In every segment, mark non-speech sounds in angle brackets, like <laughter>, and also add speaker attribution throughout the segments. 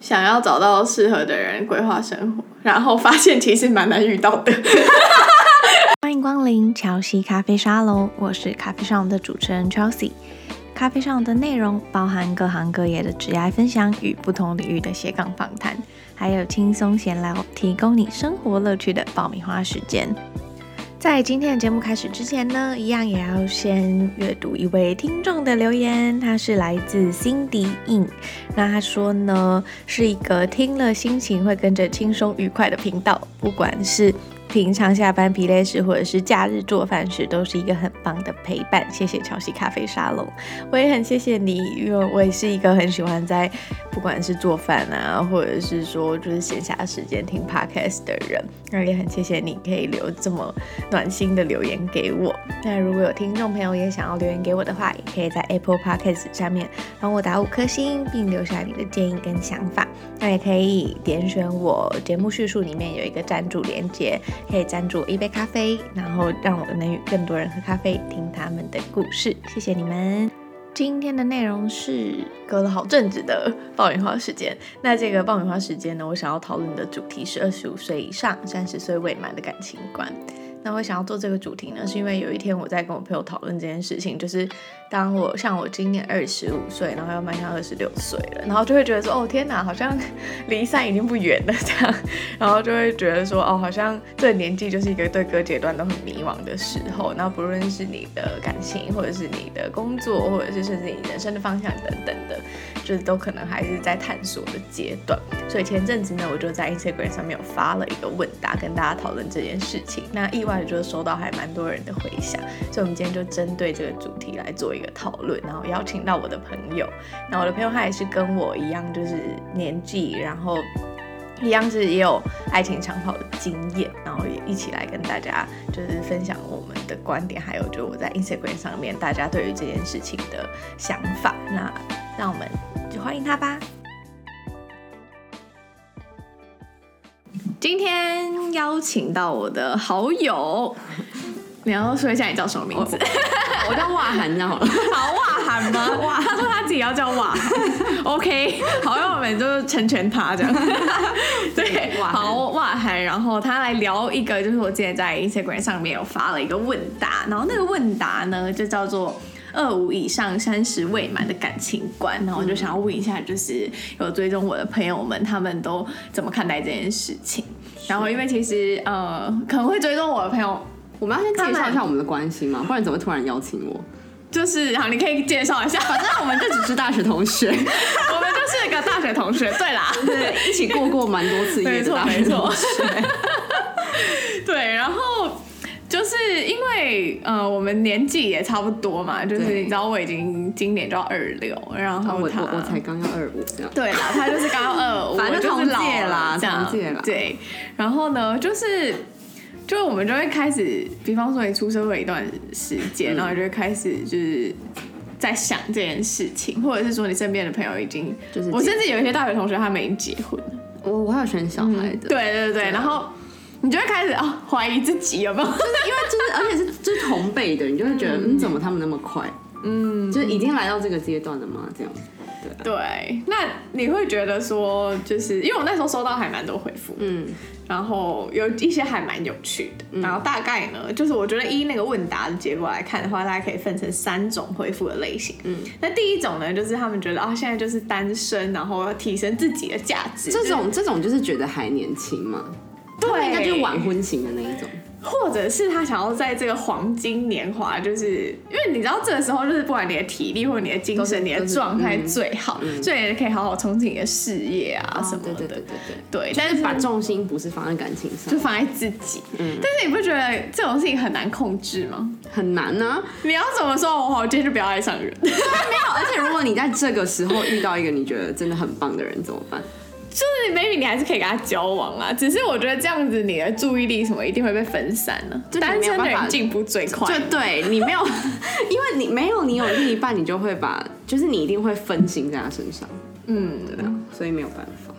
Speaker 1: 想要找到适合的人规划生活，然后发现其实蛮难遇到的。
Speaker 2: 欢迎光临乔西咖啡沙龙，我是咖啡上的主持人 Chelsea。咖啡上的内容包含各行各业的职业分享与不同领域的斜杠访谈，还有轻松闲聊，提供你生活乐趣的爆米花时间。在今天的节目开始之前呢，一样也要先阅读一位听众的留言，他是来自 Cindy In。那他说呢，是一个听了心情会跟着轻松愉快的频道，不管是平常下班疲累时，或者是假日做饭时，都是一个很棒的陪伴。谢谢乔西咖啡沙龙，我也很谢谢你，因为我也是一个很喜欢在不管是做饭啊，或者是说就是闲暇时间听 podcast 的人。那也很谢谢你可以留这么暖心的留言给我。那如果有听众朋友也想要留言给我的话，也可以在 Apple Podcast 下面帮我打五颗星，并留下你的建议跟想法。那也可以点选我节目叙述里面有一个赞助连接，可以赞助我一杯咖啡，然后让我能与更多人喝咖啡，听他们的故事。谢谢你们。今天的内容是隔了好阵子的爆米花时间。那这个爆米花时间呢，我想要讨论的主题是二十五岁以上、三十岁未满的感情观。那我想要做这个主题呢，是因为有一天我在跟我朋友讨论这件事情，就是当我像我今年二十五岁，然后要迈向二十六岁了，然后就会觉得说，哦天哪，好像 <laughs> 离散已经不远了这样，然后就会觉得说，哦，好像这个年纪就是一个对各阶段都很迷惘的时候，那不论是你的感情，或者是你的工作，或者是甚至你人生的方向等等的，就是都可能还是在探索的阶段。所以前阵子呢，我就在 Instagram 上面有发了一个问答，跟大家讨论这件事情。那意外的就是收到还蛮多人的回响，所以我们今天就针对这个主题来做一个讨论，然后邀请到我的朋友。那我的朋友他也是跟我一样，就是年纪，然后一样是也有爱情长跑的经验，然后也一起来跟大家就是分享我们的观点，还有就是我在 Instagram 上面大家对于这件事情的想法。那让我们就欢迎他吧。 <laughs> 今天邀请到我的好友，你要说一下你叫什么名字？
Speaker 3: 哦我叫瓦涵，这样好了。
Speaker 2: 好啊哇喊吗？
Speaker 3: <laughs>
Speaker 2: 哇，他说他自己要叫哇喊，OK，好，让我们就成全他
Speaker 3: <laughs>
Speaker 2: 这样。对，
Speaker 3: 哇
Speaker 2: 好哇喊，然后他来聊一个，就是我之前在 Instagram 上面有发了一个问答，然后那个问答呢就叫做。二五以上三十未满的感情观，然后我就想要问一下，就是有追踪我的朋友们，他们都怎么看待这件事情？然后因为其实呃，可能会追踪我的朋友，
Speaker 3: 我们要先介绍一下我们的关系嘛，不然怎么会突然邀请 <laughs> 我？
Speaker 2: 就是好，你可以介绍一下，<laughs>
Speaker 3: <laughs> 反正我们就只是大学同学，
Speaker 2: 我
Speaker 3: <laughs>
Speaker 2: 们就是个大学同学，对啦，
Speaker 3: 对，一起过过蛮多次
Speaker 2: <laughs>
Speaker 3: 夜
Speaker 2: 没
Speaker 3: 的
Speaker 2: 错
Speaker 3: 大
Speaker 2: 没
Speaker 3: 学
Speaker 2: 错
Speaker 3: 同学。
Speaker 2: <laughs> 对，然后就是因为呃，我们年纪也差不多嘛，就是
Speaker 3: 对啊
Speaker 2: 你知道我已经今年就要二六，然
Speaker 3: 我
Speaker 2: 后
Speaker 3: 我
Speaker 2: 他
Speaker 3: 我才刚要二五这样。
Speaker 2: 对啦，他就是刚二五，
Speaker 3: 反正
Speaker 2: 我就是
Speaker 3: 同届
Speaker 2: 老了
Speaker 3: 啦
Speaker 2: 这样
Speaker 3: 同届啦
Speaker 2: 对，然后呢，就是就我们就会开始，比方说你出社会一段时间，
Speaker 3: 嗯
Speaker 2: 然后你就会开始就是。在想这件事情，或者是说你身边的朋友已经，
Speaker 3: 就是
Speaker 2: 我甚至有一些大学同学他们已经结婚了，
Speaker 3: 我我还有生小孩的，
Speaker 2: 对，对对，
Speaker 3: 啊
Speaker 2: 然后你就会开始哦怀疑自己有没有
Speaker 3: 就是因为就是而且是就是同辈的，你就会觉得嗯怎么他们那么快？嗯，就是已经来到这个阶段了吗？这样。
Speaker 2: 对，那你会觉得说，就是因为我那时候收到还蛮多回复，
Speaker 3: 嗯，
Speaker 2: 然后有一些还蛮有趣的，然后大概呢，就是我觉得依那个问答的结果来看的话，大家可以分成三种回复的类型。嗯，那第一种呢，就是他们觉得啊、现在就是单身，然后要提升自己的价值，
Speaker 3: 这
Speaker 2: 就是
Speaker 3: 种这种就是觉得还年轻嘛，
Speaker 2: 对，
Speaker 3: 应该就是晚婚型的那一种。
Speaker 2: 或者是他想要在这个黄金年华，就是因为你知道这个时候，就是不管你的体力或者你的精神、
Speaker 3: 都是
Speaker 2: 你的
Speaker 3: 都是嗯
Speaker 2: 状态最好，所以你可以好好憧憬你的事业啊什么的。
Speaker 3: 对对对对对。
Speaker 2: 对但是
Speaker 3: 把重心不是放在感情上
Speaker 2: 就，放在自己。
Speaker 3: 嗯
Speaker 2: 但是你不觉得这种事情很难控制吗？
Speaker 3: 很难啊。
Speaker 2: 你要怎么说？我好，今天就不要爱上人， <laughs> 就
Speaker 3: 没有，而且如果你在这个时候遇到一个你觉得真的很棒的人，怎么办？
Speaker 2: 是 maybe 你还是可以跟他交往啊，只是我觉得这样子你的注意力什么一定会被分散了、
Speaker 3: 就你
Speaker 2: 单
Speaker 3: 没有
Speaker 2: 身的
Speaker 3: 办法
Speaker 2: 人进步最快
Speaker 3: 就。对你没有， <laughs> 因为你没有你有另一半，你就会把，就是你一定会分心在他身上，
Speaker 2: 嗯，
Speaker 3: 对啊，所以没有办法。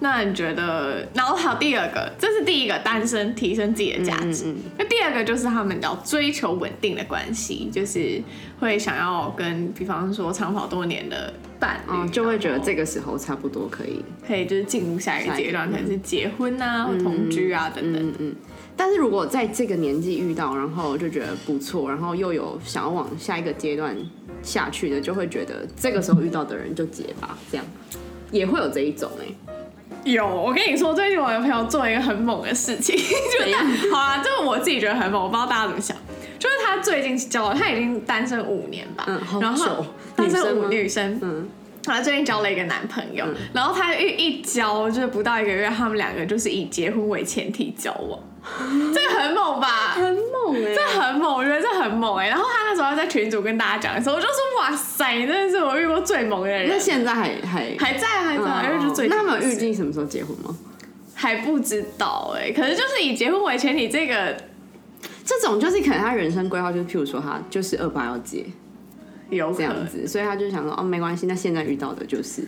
Speaker 2: 那你觉得？然后还有第二个，这是第一个单身提升自己的价值。
Speaker 3: 嗯嗯
Speaker 2: 那第二个就是他们要追求稳定的关系，就是会想要跟，比方说长跑多年的
Speaker 1: 伴侣，
Speaker 3: 嗯，就会觉得
Speaker 1: 然后
Speaker 3: 这个时候差不多可以。
Speaker 1: 可以就是进入下一个阶段，
Speaker 3: 下
Speaker 1: 可
Speaker 3: 一
Speaker 1: 能是结婚啊、或同居啊等等。
Speaker 3: 嗯嗯。但是如果在这个年纪遇到，然后就觉得不错，然后又有想要往下一个阶段下去的，就会觉得这个时候遇到的人就结吧，这样也会有这一种哎、
Speaker 1: 有，我跟你说，最近我的朋友做了一个很猛的事
Speaker 3: <laughs>
Speaker 1: 情，就是他好啊，这个我自己觉得很猛，我不知道大家怎么想。就是他最近交了，他已经单身五年吧，
Speaker 3: 嗯好
Speaker 1: 然后
Speaker 3: 久
Speaker 1: 单
Speaker 3: 女
Speaker 1: 身
Speaker 3: 生
Speaker 1: 五
Speaker 3: 吗
Speaker 1: 女生，
Speaker 3: 嗯，
Speaker 1: 她最近交了一个男朋友，然后她一一交就是不到一个月，他们两个就是以结婚为前提交
Speaker 3: <laughs>
Speaker 1: 往，这个很猛吧？
Speaker 3: 很猛哎、
Speaker 1: 这很猛，我觉得这很猛哎、然后他那时候在群组跟大家讲的时候，我就说哇塞，你真的是我遇过最猛的人
Speaker 3: 那，现在还还嗯
Speaker 1: 还在还在，因为就是最
Speaker 3: 那他
Speaker 1: 近
Speaker 3: 们
Speaker 1: 的
Speaker 3: 有预
Speaker 1: 事
Speaker 3: 计什么时候结婚吗？
Speaker 1: 还不知道哎、可是就是以结婚为前提，这个
Speaker 3: 这种就是可能他人生规划就是，譬如说他就是二八要结
Speaker 1: 有可
Speaker 3: 这样
Speaker 1: 能。
Speaker 3: 子，所以他就想说哦没关系，那现在遇到的就是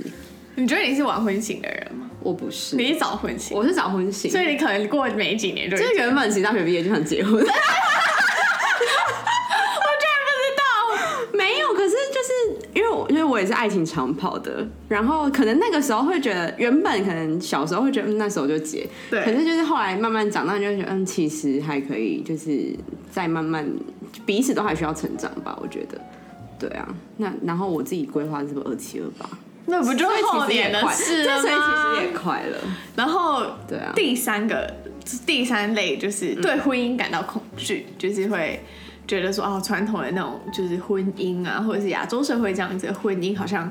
Speaker 1: 你觉得你是晚婚型的人吗？
Speaker 3: 我不是，
Speaker 1: 你是早婚型，
Speaker 3: 我是早婚型，
Speaker 1: 所以你可能过没几年就已
Speaker 3: 就是
Speaker 1: 经
Speaker 3: 原本其实大学毕业就想结
Speaker 1: <laughs>
Speaker 3: 婚，
Speaker 1: 我居然不知道。
Speaker 3: 没有，可是就是因为我因为我也是爱情长跑的，然后可能那个时候会觉得，原本可能小时候会觉得，嗯，那时候就结，
Speaker 1: 对
Speaker 3: 可是就是后来慢慢长大，就会觉得，嗯，其实还可以，就是再慢慢彼此都还需要成长吧，我觉得。对啊，那然后我自己规划是不是二七二八？
Speaker 1: 那不就是后
Speaker 3: 所以其实
Speaker 1: 年
Speaker 3: 也
Speaker 1: 的
Speaker 3: 快
Speaker 1: 事
Speaker 3: 对
Speaker 1: 了
Speaker 3: 所以其实
Speaker 1: 吗？
Speaker 3: 也快了。
Speaker 1: 然后
Speaker 3: 对啊，
Speaker 1: 第三个第三类就是对婚姻感到恐惧，就是会觉得说哦，传统的那种就是婚姻啊，或者是亚洲社会这样子的婚姻好像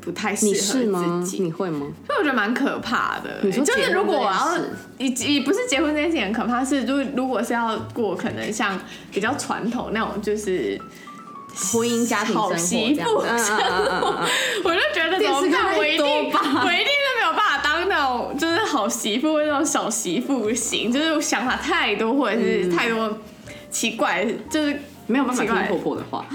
Speaker 1: 不太适
Speaker 3: 你
Speaker 1: 合
Speaker 3: 是吗
Speaker 1: 自？己。
Speaker 3: 你会吗？
Speaker 1: 所以我觉得蛮可怕的。
Speaker 3: 你说
Speaker 1: 就是
Speaker 3: 结婚
Speaker 1: 如果我要
Speaker 3: 这件事
Speaker 1: 以以不是结婚这件事情很可怕，是就是如果是要过可能像比较传统那种就是
Speaker 3: 婚姻家庭生活
Speaker 1: 好媳妇
Speaker 3: 这样子嗯嗯嗯嗯嗯嗯
Speaker 1: <laughs> 我就觉得怎
Speaker 3: 电
Speaker 1: 么
Speaker 3: 视看
Speaker 1: 办？
Speaker 3: 太
Speaker 1: 我一定，
Speaker 3: 多吧
Speaker 1: 我一定是没有办法当那种就是好媳妇或者那种小媳妇型，就是我想法太多，或者
Speaker 3: 嗯
Speaker 1: 是太多奇怪，就是 <laughs>
Speaker 3: 没有办法
Speaker 1: 奇
Speaker 3: 听
Speaker 1: 怪
Speaker 3: 婆婆的
Speaker 1: <laughs>
Speaker 3: 话，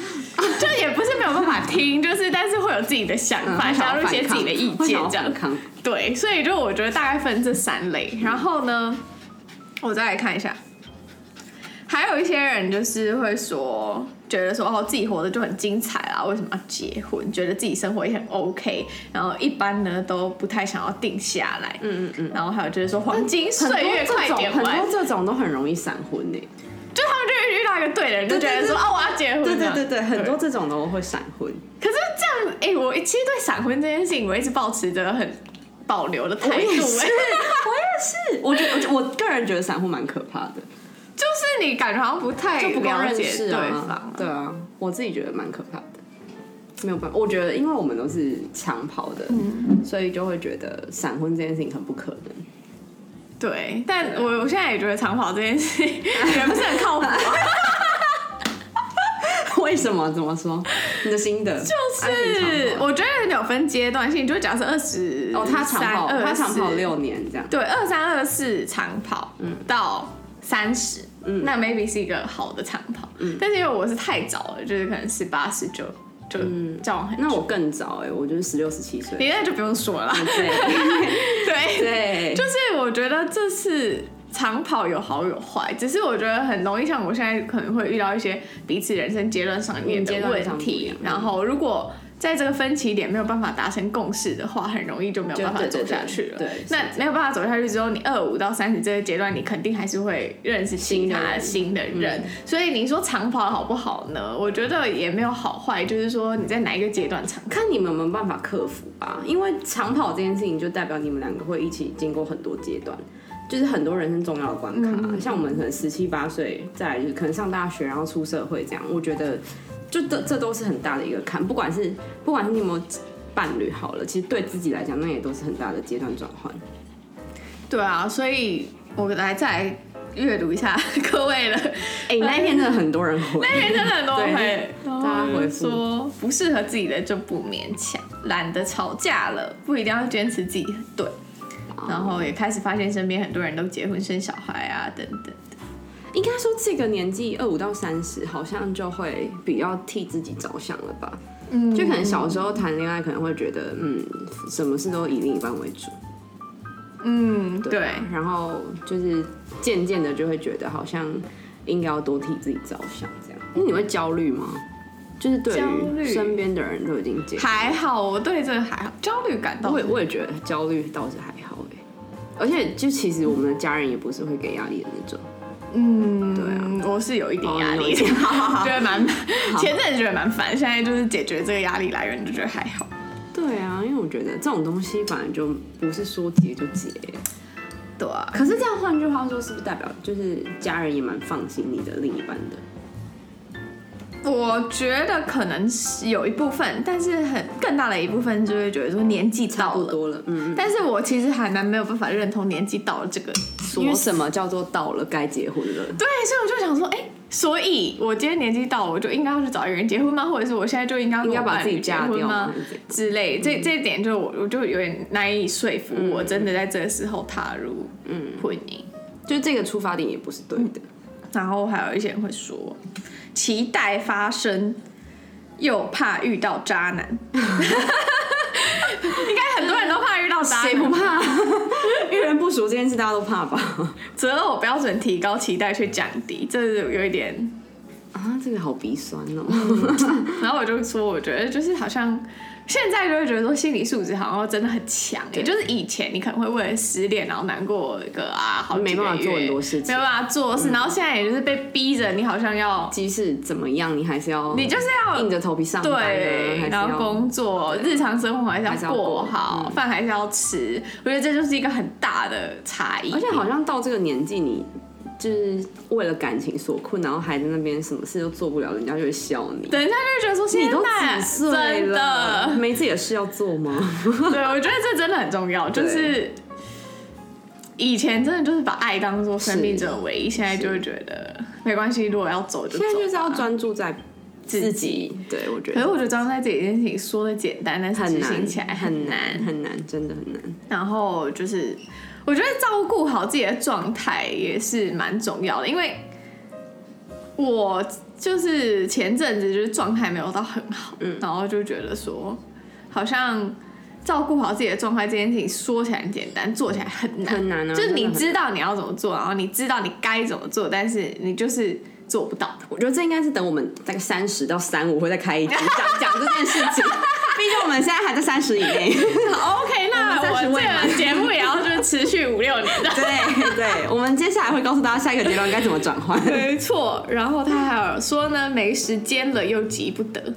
Speaker 1: 就也不是没有办法听，就是但是会有自己的想
Speaker 3: 嗯
Speaker 1: 法，
Speaker 3: 会想
Speaker 1: 加
Speaker 3: 要
Speaker 1: 入一些
Speaker 3: 反
Speaker 1: 自己的
Speaker 3: 抗
Speaker 1: 意
Speaker 3: 会
Speaker 1: 见
Speaker 3: 想要
Speaker 1: 这样
Speaker 3: 反。抗
Speaker 1: 对，所以就我觉得大概分这三类。然后呢，我再来看一下，还有一些人就是会说，觉得说哦自己活得就很精彩啊，为什么要结婚？觉得自己生活也很 OK，然后一般呢都不太想要定下来。嗯嗯嗯。然后还有就是说黄金岁
Speaker 3: 很多
Speaker 1: 月
Speaker 3: 这
Speaker 1: 快
Speaker 3: 种
Speaker 1: 点
Speaker 3: 很
Speaker 1: 完，
Speaker 3: 多这种都很容易闪婚呢、欸
Speaker 1: 就他们就会遇到一个对的人，就觉得说
Speaker 3: 对对对
Speaker 1: 哦我要结婚。
Speaker 3: 对对对对，很多。这种都会闪婚。
Speaker 1: 可是这样，哎、我其实对闪婚这件事情，我一直保持着很保留的态度、哎。
Speaker 3: <laughs> 我也是，我觉得我我个人觉得闪婚蛮可怕的，
Speaker 1: 就是你感觉好像不太
Speaker 3: 就不够
Speaker 1: 了
Speaker 3: 认
Speaker 1: 解
Speaker 3: 识
Speaker 1: 对方、
Speaker 3: 啊。对啊，我自己觉得蛮可怕的。没有办法，我觉得因为我们都是长跑的，
Speaker 1: 嗯
Speaker 3: 所以就会觉得闪婚这件事情很不可能。
Speaker 1: 对，但我我现在也觉得长跑这件事 <laughs>
Speaker 3: <laughs>
Speaker 1: 也不是很靠谱啊、
Speaker 3: <laughs> 为什么？怎么说？你的心得就
Speaker 1: 就是我觉得有分阶段性，就假设二十
Speaker 3: 哦，他长跑，
Speaker 1: 二
Speaker 3: 他长跑六嗯年这样。
Speaker 1: 对，二三二四长跑，到三十，
Speaker 3: 嗯
Speaker 1: 那 maybe 是一个好的长跑，但是因为我是太早了，就是可能十八十九就交往很久，
Speaker 3: 嗯那我嗯更早哎、我就是十六十七岁。
Speaker 1: 你那就不用说了，
Speaker 3: 对
Speaker 1: <laughs> 对
Speaker 3: 对，
Speaker 1: 就是我觉得这次长跑有好有坏，只是我觉得很容易像我现在可能会遇到一些彼此人生阶段上面
Speaker 3: 嗯阶
Speaker 1: 的
Speaker 3: 段上
Speaker 1: 问
Speaker 3: 不一
Speaker 1: 题
Speaker 3: 样，
Speaker 1: 然后如果在这个分歧点没有办法达成共识的话，很容易就没有办法
Speaker 3: 就对
Speaker 1: 走
Speaker 3: 对
Speaker 1: 下
Speaker 3: 对
Speaker 1: 去了。
Speaker 3: 对是
Speaker 1: 那没有办法走下去之后，你二呃五到三十这个阶段，你肯定还是会认识其
Speaker 3: 新的
Speaker 1: 他
Speaker 3: 人
Speaker 1: 新的人。嗯所以你说长跑好不好呢？我觉得也没有好坏，就是说你在哪一个阶段长跑。
Speaker 3: 看你们有没有办法克服吧，因为长跑这件事情就代表你们两个会一起经过很多阶段，就是很多人生重要的关卡。啊
Speaker 1: 嗯
Speaker 3: 像我们可能十七八岁，再来就是可能上大学，然后出社会这样，我觉得就这这都是很大的一个坎，不管是不管是你有没有伴侣好了，其实对自己来讲，那也都是很大的阶段转换。
Speaker 1: 对啊，所以我来再来阅读一下 <laughs> 各位的。
Speaker 3: 哎、那一天真的很多人回，
Speaker 1: <laughs> 那天真的很多人回
Speaker 3: 对，
Speaker 1: 然后
Speaker 3: 大家回复
Speaker 1: 说不适合自己的就不勉强，懒得吵架了，不一定要坚持自己很对。然后也开始发现身边很多人都结婚生小孩啊，等等。
Speaker 3: 应该说这个年纪二五到三十，好像就会比较替自己着想了吧。
Speaker 1: 嗯，
Speaker 3: 就可能小时候谈恋爱，可能会觉得，嗯，什么事都以另一半为主，
Speaker 1: 嗯，对
Speaker 3: 啊然后就是渐渐的就会觉得，好像应该要多替自己着想，这样。那你会焦虑吗？就是对
Speaker 1: 焦虑
Speaker 3: 于身边的人就已经接受。
Speaker 1: 还好，我对这个还好，焦虑感到
Speaker 3: 我也我也觉得焦虑倒是还好哎、而且就其实我们的家人也不是会给压力的那种。
Speaker 1: 嗯，
Speaker 3: 对啊，
Speaker 1: 我是有一点
Speaker 3: 哦
Speaker 1: 压
Speaker 3: 有
Speaker 1: 力 <laughs>
Speaker 3: 一
Speaker 1: 的，
Speaker 3: 点好好好
Speaker 1: 觉得蛮前阵子觉得蛮烦，现在就是解决这个压力来源就觉得还好。
Speaker 3: 对啊，因为我觉得这种东西反正就不是说结就结、
Speaker 1: 对啊，
Speaker 3: 可是这样换句话说，是不是代表就是家人也蛮放心你的另一半的？
Speaker 1: 我觉得可能是有一部分，但是很更大的一部分就会觉得说年纪
Speaker 3: 差
Speaker 1: 到
Speaker 3: 不
Speaker 1: 了，
Speaker 3: 多了，嗯。
Speaker 1: 但是我其实还蛮没有办法认同年纪到了这个
Speaker 3: 因
Speaker 1: 说
Speaker 3: 为
Speaker 1: 法
Speaker 3: 什么叫做到了该结婚 <laughs> 了？
Speaker 1: 对，所以我就想说，哎、所以我今天年纪到了，我就应该要去找一个人结婚吗？或者是我现在就应该要跟
Speaker 3: 应该
Speaker 1: 我
Speaker 3: 把
Speaker 1: 伴
Speaker 3: 自己
Speaker 1: 侣结
Speaker 3: 嫁
Speaker 1: 婚
Speaker 3: 掉
Speaker 1: 吗
Speaker 3: 还是怎样？
Speaker 1: 之类，这这一点就我我就有点难以说服我真的在这个时候踏入
Speaker 3: 嗯
Speaker 1: 婚姻。
Speaker 3: <laughs> 就这个出发点也不是对的。
Speaker 1: 然后还有一些人会说，期待发生，又怕遇到渣 <laughs> 男。应该很多人都怕遇
Speaker 3: <laughs>
Speaker 1: 到渣
Speaker 3: 谁不
Speaker 1: 男，
Speaker 3: 怕？遇人不熟这件事大家都怕吧？
Speaker 1: 择偶标准提高，期待却降低，这是有一点
Speaker 3: <laughs> 啊，这个好鼻酸哦。
Speaker 1: 然后我就说，我觉得就是好像现在就会觉得说心理素质好像真的很强、也就是以前你可能会为了失恋然后难过个啊，好几个
Speaker 3: 没办法做
Speaker 1: 月
Speaker 3: 很多事情嗯
Speaker 1: 没办法做事，然后现在也就是被逼着你好像要，
Speaker 3: 即使怎么样，你还是要
Speaker 1: 你就是要
Speaker 3: 硬着头皮上班啊，还
Speaker 1: 对，
Speaker 3: 是
Speaker 1: 然后
Speaker 3: 要
Speaker 1: 工作、日常生活还
Speaker 3: 还
Speaker 1: 是
Speaker 3: 是
Speaker 1: 要
Speaker 3: 要
Speaker 1: 过
Speaker 3: 过
Speaker 1: 好，
Speaker 3: 嗯
Speaker 1: 饭还是要吃，我觉得这就是一个很大的差异，
Speaker 3: 而且好像到这个年纪，你就是为了感情所困，然后还在那边什么事都做不了，人家就会笑你。
Speaker 1: 等一下就会觉得说，
Speaker 3: 你
Speaker 1: 现
Speaker 3: 都
Speaker 1: 在
Speaker 3: 几岁
Speaker 1: 真
Speaker 3: 了，
Speaker 1: 的，
Speaker 3: 没自己的事要做吗？
Speaker 1: <laughs> 对，我觉得这真的很重要，就是以前真的就是把爱当做生命者唯一，现在就会觉得没关系，如果要走就走
Speaker 3: 现
Speaker 1: 吧。
Speaker 3: 在就是要专注在
Speaker 1: 自
Speaker 3: 自
Speaker 1: 己
Speaker 3: 己。对，我觉
Speaker 1: 可是
Speaker 3: 得
Speaker 1: 我觉得张在这件事情说的简单，但是
Speaker 3: 很
Speaker 1: 执行
Speaker 3: 难，
Speaker 1: 起来
Speaker 3: 很
Speaker 1: 很难。
Speaker 3: 很难，真的很难。
Speaker 1: 然后就是，我觉得照顾好自己的状态也是蛮重要的，因为我就是前阵子就是状态没有到很好，
Speaker 3: 嗯
Speaker 1: 然后就觉得说好像照顾好自己的状态这件事情说起来很简单，做起来很难，
Speaker 3: 很难啊
Speaker 1: 就是
Speaker 3: 真的
Speaker 1: 你
Speaker 3: 很
Speaker 1: 知道你要怎么做，然后你知道你该怎么做，但是你就是做不 <laughs> 到。
Speaker 3: 我觉得这应该是等我们大概三十到三五会再开一 <laughs> 集讲讲这件事情，毕竟我们现在还在三十以内。
Speaker 1: OK，那
Speaker 3: 我们
Speaker 1: 我
Speaker 3: 30位嘛
Speaker 1: 这个节目也要就是持续五六年的。
Speaker 3: <laughs> 对对， <laughs> 我们接下来会告诉大家下一个阶段该怎么转换。
Speaker 1: <laughs> 没错，然后他还有说呢，没时间了又急不得，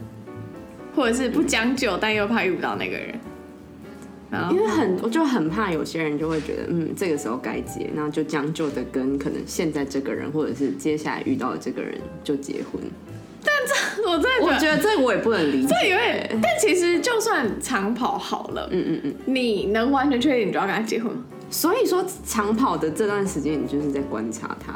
Speaker 1: 或者是不将就，但又怕遇不到那个人。然后
Speaker 3: 因为很，我就很怕有些人就会觉得，嗯，这个时候该结，然后就将就的跟可能现在这个人，或者是接下来遇到的这个人就结婚。
Speaker 1: 我真的
Speaker 3: 我
Speaker 1: 觉得
Speaker 3: 觉得这我也不能理解。
Speaker 1: 这有点，但其实就算长跑好了，
Speaker 3: 嗯嗯嗯。
Speaker 1: 你能完全确定你就要跟他结婚吗？
Speaker 3: 所以说，长跑的这段时间，你就是在观察他。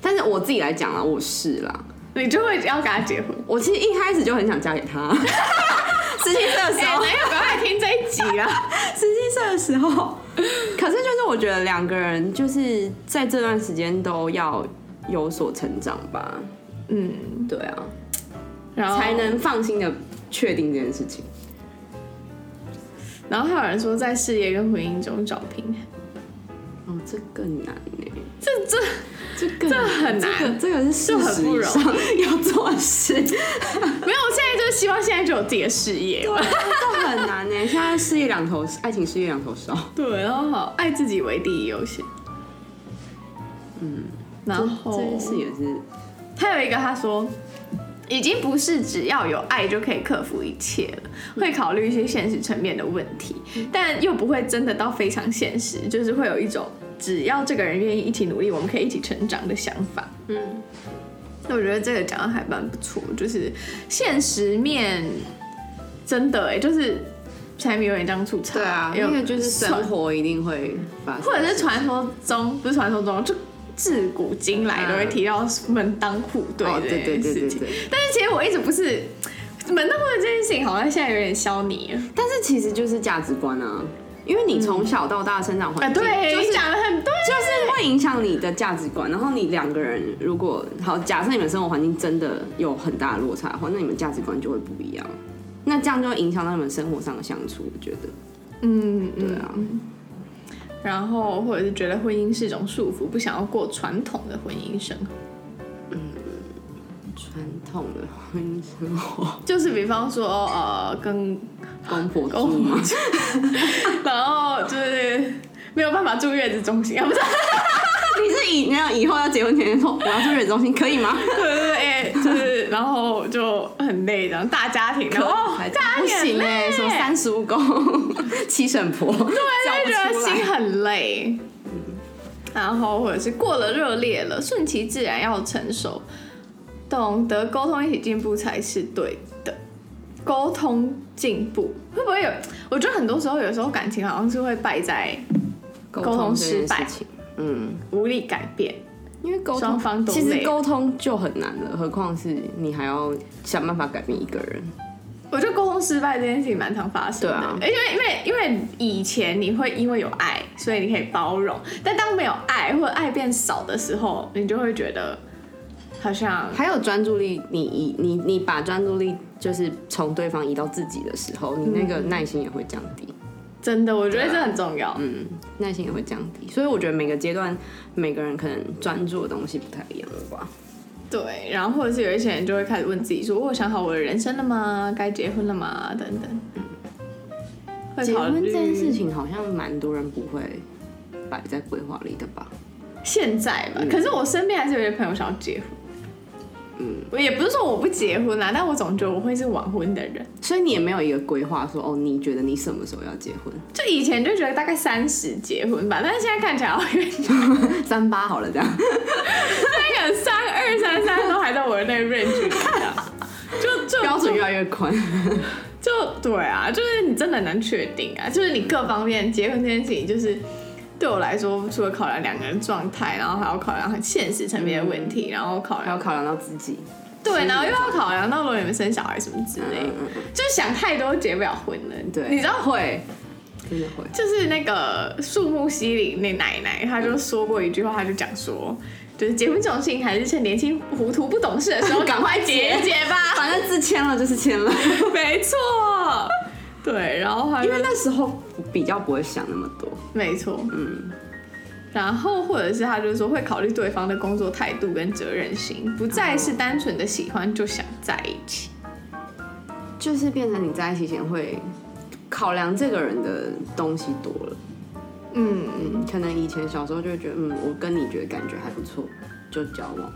Speaker 3: 但是我自己来讲啦，我是啦，
Speaker 1: 你就会要跟他结婚？
Speaker 3: 我其实一开始就很想嫁给他。十七岁的时
Speaker 1: 哎、
Speaker 3: 候
Speaker 1: 没，有，赶快听这一集啊啦！
Speaker 3: 十七岁的时候，可是就是我觉得两个人就是在这段时间都要有所成长吧。
Speaker 1: 嗯，
Speaker 3: 对啊。
Speaker 1: <laughs> 然后
Speaker 3: 才，能放心的确定这件事情。
Speaker 1: 然后还有人说在事业跟婚姻中找平衡，
Speaker 3: 哦，这更难呢、
Speaker 1: 这这
Speaker 3: 这更
Speaker 1: 欸这很难
Speaker 3: <laughs> 这个这个是事
Speaker 1: 这很
Speaker 3: 实
Speaker 1: 不
Speaker 3: 以
Speaker 1: 容易
Speaker 3: 上 <laughs> 要做的事，
Speaker 1: 没有，我现在就是希望现在就有自己的事业
Speaker 3: 啊
Speaker 1: 了。
Speaker 3: 这很难呢、现在事业两头，爱情事业两头烧，
Speaker 1: 对，然后好，爱自己为第一优先。嗯，然后
Speaker 3: 这件事也是
Speaker 1: 还有一个他说，已经不是只要有爱就可以克服一切了，会考虑一些现实层面的问题，
Speaker 3: 嗯
Speaker 1: 但又不会真的到非常现实，就是会有一种只要这个人愿意一起努力，我们可以一起成长的想法。
Speaker 3: 嗯，
Speaker 1: 那我觉得这个讲的还蛮不错，就是现实面真的哎、就是柴米油盐酱醋茶，有
Speaker 3: 啊因为就是
Speaker 1: 算
Speaker 3: 生活一定会发生，
Speaker 1: 或者是传说中，不是传说中，就自古今来都会提到门当户对
Speaker 3: 哦，对
Speaker 1: 这
Speaker 3: 对
Speaker 1: 件
Speaker 3: 对
Speaker 1: 事
Speaker 3: 对
Speaker 1: 情。
Speaker 3: 对。
Speaker 1: 但是其实我一直不是门当户对这件事情，好像现在有点消弭了。
Speaker 3: 但是其实就是价值观啊，因为你从小到大的生长
Speaker 1: 啊，
Speaker 3: 环
Speaker 1: 嗯
Speaker 3: 境，
Speaker 1: 对，
Speaker 3: 呃就
Speaker 1: 你
Speaker 3: 是
Speaker 1: 讲的很对，
Speaker 3: 就是会影响你的价值观。然后你两个人如果好，假设你们生活环境真的有很大的落差的话，那你们价值观就会不一样。那这样就会影响到你们生活上的相处，我觉得。
Speaker 1: 嗯
Speaker 3: 对
Speaker 1: 嗯。
Speaker 3: 啊，
Speaker 1: 然后或者是觉得婚姻是一种束缚，不想要过传统的婚姻生活。
Speaker 3: 传统痛的婚姻生活，
Speaker 1: 就是比方说呃跟 <laughs>
Speaker 3: 公婆住吗？
Speaker 1: 然后就是没有办法住月子中心，啊不是，
Speaker 3: <laughs> 你是以那样以后要结婚前说我要住月子中心可以吗？
Speaker 1: 对对对，哎、就是然后就很累，然后大家庭，然后
Speaker 3: <laughs> 还
Speaker 1: 哦大
Speaker 3: 不
Speaker 1: 家庭
Speaker 3: 行
Speaker 1: 哎、
Speaker 3: 哎、什么三十五公 <laughs> 七婶婆，
Speaker 1: 就
Speaker 3: 对
Speaker 1: 觉得心很累，
Speaker 3: 嗯
Speaker 1: 然后或者是过了热烈了，顺其自然要成熟，懂得沟通一起进步才是对的。沟通进步会不会有？我觉得很多时候，有时候感情好像是会败在
Speaker 3: 沟
Speaker 1: 沟通
Speaker 3: 这件
Speaker 1: 失败
Speaker 3: 事情，嗯，
Speaker 1: 无力改变。
Speaker 3: 因为沟
Speaker 1: 双
Speaker 3: 通
Speaker 1: 方都
Speaker 3: 其实
Speaker 1: 累
Speaker 3: 沟通就很难了，何况是你还要想办法改变一个人。
Speaker 1: 我觉得沟通失败这件事情蛮常发生的，
Speaker 3: 对啊
Speaker 1: 因为因为因为以前你会因为有爱，所以你可以包容，但当没有爱或者爱变少的时候，你就会觉得好像
Speaker 3: 还有专注力，你移你你把专注力就是从对方移到自己的时候，你那个耐心也会降低，
Speaker 1: 真的，我觉得这很重要。
Speaker 3: 嗯，耐心也会降低。所以我觉得每个阶段每个人可能专注的东西不太一样吧。
Speaker 1: 对，然后或者是有一些人就会开始问自己说：“我想好我的人生了吗？该结婚了吗？”等等。会
Speaker 3: 结
Speaker 1: 考
Speaker 3: 婚
Speaker 1: 虑
Speaker 3: 这件事，情好像蛮多人不会摆在规划里的吧？
Speaker 1: 现在吧，可是我身边还是有些朋友想要结婚。嗯，我也不是说我不结婚啦，但我总觉得我会是晚婚的人。
Speaker 3: 所以你也没有一个规划说哦，你觉得你什么时候要结婚？
Speaker 1: 就以前就觉得大概三十结婚吧，但是现在看起来好远，
Speaker 3: 三八好了 <laughs> 这样，
Speaker 1: 那个三二三三都还在我的那个 range 里啊，就就
Speaker 3: 标准越来越宽。
Speaker 1: 就对啊，就是你真的很难确定啊，就是你各方面结婚这件事情，就是对我来说，除了考量两个人状态，然后还要考量很现实层面的问题，然后考
Speaker 3: 嗯还要
Speaker 1: 量
Speaker 3: 考量到自己，
Speaker 1: 对，然后又要考量到如果你们生小孩什么之类的，
Speaker 3: 嗯嗯嗯
Speaker 1: 就想太多结不了婚了。
Speaker 3: 对
Speaker 1: 你知道
Speaker 3: 会，真的会。
Speaker 1: 就是那个树木希林那奶奶，她就说过一句话，她就讲说，就是结婚这种事情还是趁年轻糊涂不懂事的
Speaker 3: <laughs>
Speaker 1: 时候赶快结一结吧。
Speaker 3: 反正字签了就是签了， <laughs>
Speaker 1: 没错，对，然后她就
Speaker 3: 因为那时候比较不会想那么多。
Speaker 1: 没错，嗯。然后或者是她就说会考虑对方的工作态度跟责任心，不再是单纯的喜欢就想在一起。
Speaker 3: 就是变成你在一起前会考量这个人的东西多了，
Speaker 1: 嗯，
Speaker 3: 嗯，可能以前小时候就会觉得，嗯，我跟你觉得感觉还不错，就交往。